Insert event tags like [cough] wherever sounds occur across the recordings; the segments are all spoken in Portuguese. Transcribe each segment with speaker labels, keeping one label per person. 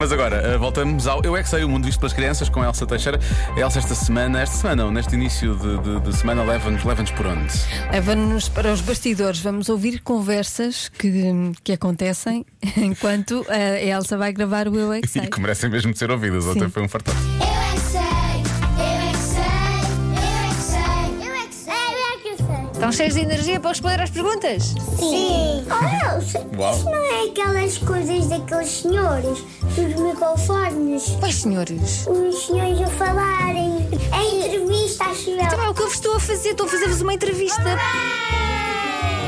Speaker 1: Mas agora, uh, voltamos ao Eu É Que Sei, o mundo visto pelas crianças, com Elsa Teixeira. Elsa, esta semana, esta semana, ou neste início de, de- de semana, leva-nos leva por onde?
Speaker 2: É, Vamos para os bastidores, vamos ouvir conversas que, que acontecem [laughs] enquanto a Elsa vai gravar o Eu É Que
Speaker 1: [laughs] E
Speaker 2: Sei.
Speaker 1: que merecem mesmo de ser ouvidas,
Speaker 2: Sim.
Speaker 1: ontem foi um fartão.
Speaker 3: Eu é que sei, eu é que sei, eu é que sei, eu é que sei, eu é que sei.
Speaker 4: Estão cheios de energia para responder às perguntas?
Speaker 3: Sim. Oh, Elsa,
Speaker 1: Uau.
Speaker 3: isso não é aquelas coisas daqueles senhores, dos microfones,
Speaker 4: Pois, senhores.
Speaker 3: os senhores a falarem, a entrevista, acho eu.
Speaker 4: Então é o que eu vos estou a fazer, estou a fazer-vos uma entrevista.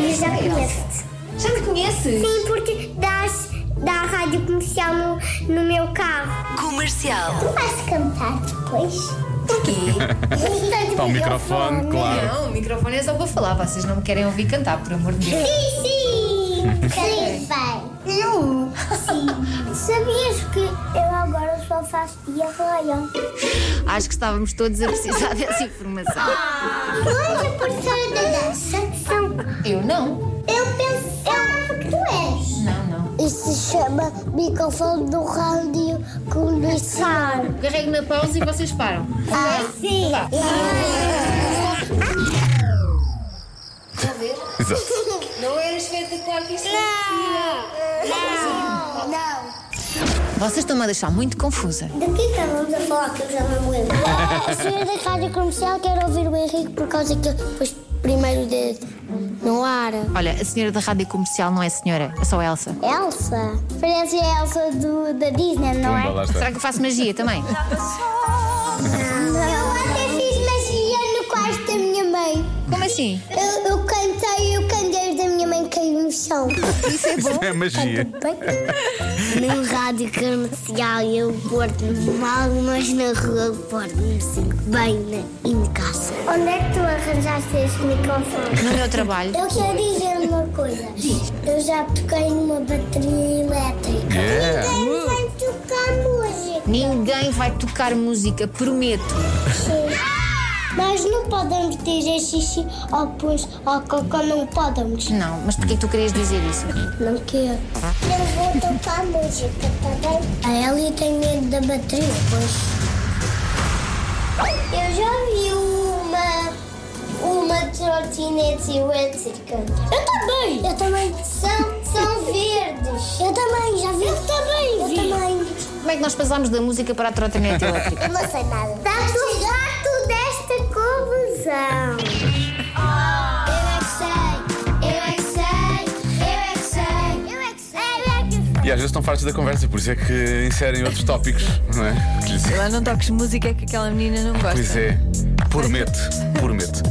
Speaker 3: Eu já conheço-te.
Speaker 4: Já me conheces?
Speaker 3: Sim, porque das, da rádio comercial no, no meu carro.
Speaker 4: Comercial.
Speaker 3: Não vais cantar
Speaker 1: [laughs]
Speaker 3: depois?
Speaker 4: Porquê?
Speaker 3: Está
Speaker 1: o microfone, claro.
Speaker 4: Não, o microfone é só para falar, vocês não me querem ouvir cantar, por amor de Deus.
Speaker 3: Sim, sim! Sim, bem! Eu? Sim! Sabias que eu agora só faço diarreia?
Speaker 4: Acho que estávamos todos a precisar [laughs] dessa informação.
Speaker 3: Quando a professora da dança são.
Speaker 4: Eu não.
Speaker 3: Eu pensava que tu és!
Speaker 4: Não, não.
Speaker 3: Isso se chama microfone do rádio começar.
Speaker 4: Carrego na pausa e vocês param.
Speaker 3: Ah, sim!
Speaker 4: Vá. Está a ver?
Speaker 1: Exato.
Speaker 4: Não era espetacular que isto
Speaker 3: Não! Não!
Speaker 4: Vocês estão-me a deixar muito confusa.
Speaker 3: Do que estávamos a falar que eu já não me [laughs] lembro? A É, senhora da rádio comercial quer ouvir o Henrique por causa que ele pôs primeiro o dedo no ar.
Speaker 4: Olha, a senhora da rádio comercial não é senhora, é só Elsa.
Speaker 3: Elsa? Parece a Elsa do, da Disney, não é?
Speaker 1: Pumba, lá
Speaker 4: Será
Speaker 1: está.
Speaker 4: que eu faço magia também?
Speaker 3: Eu até fiz magia no quarto da minha mãe.
Speaker 4: Como assim?
Speaker 3: Eu, eu cantei e o candeeiro da minha mãe caiu no chão.
Speaker 4: Isso é bom?
Speaker 1: É magia.
Speaker 3: No rádio comercial eu porto-me mal, mas na rua porto-me sempre bem em casa. Onde é que tu arranjaste este microfone?
Speaker 4: No meu trabalho.
Speaker 3: Eu quero dizer uma coisa. Eu já toquei numa bateria elétrica.
Speaker 1: Yeah.
Speaker 3: Então, Ninguém vai tocar música.
Speaker 4: Ninguém vai tocar música, prometo.
Speaker 3: Nós não podemos dizer xixi ou pus ou cocô, não podemos.
Speaker 4: Não, mas porquê que tu querias dizer isso?
Speaker 3: Não quero. Eu vou tocar música, tá bem? A Ellie tem medo da bateria, pois. Eu já vi uma, uma trotinete elétrica. Eu também! Eu também. São, são verdes. Eu também, já vi. Eu também vi. Eu também.
Speaker 4: Como é que nós passámos da música para a trotinete elétrica?
Speaker 3: Eu não sei nada. Está gato desta confusão. Eu é que sei, eu é que sei, eu é que sei, eu é que sei, eu é que sei.
Speaker 1: E às vezes estão fartos da conversa, por isso é que inserem outros tópicos, não é? Que lhes- é,
Speaker 2: Lá não toques música que aquela menina não gosta.
Speaker 1: Pois é, prometo, prometo.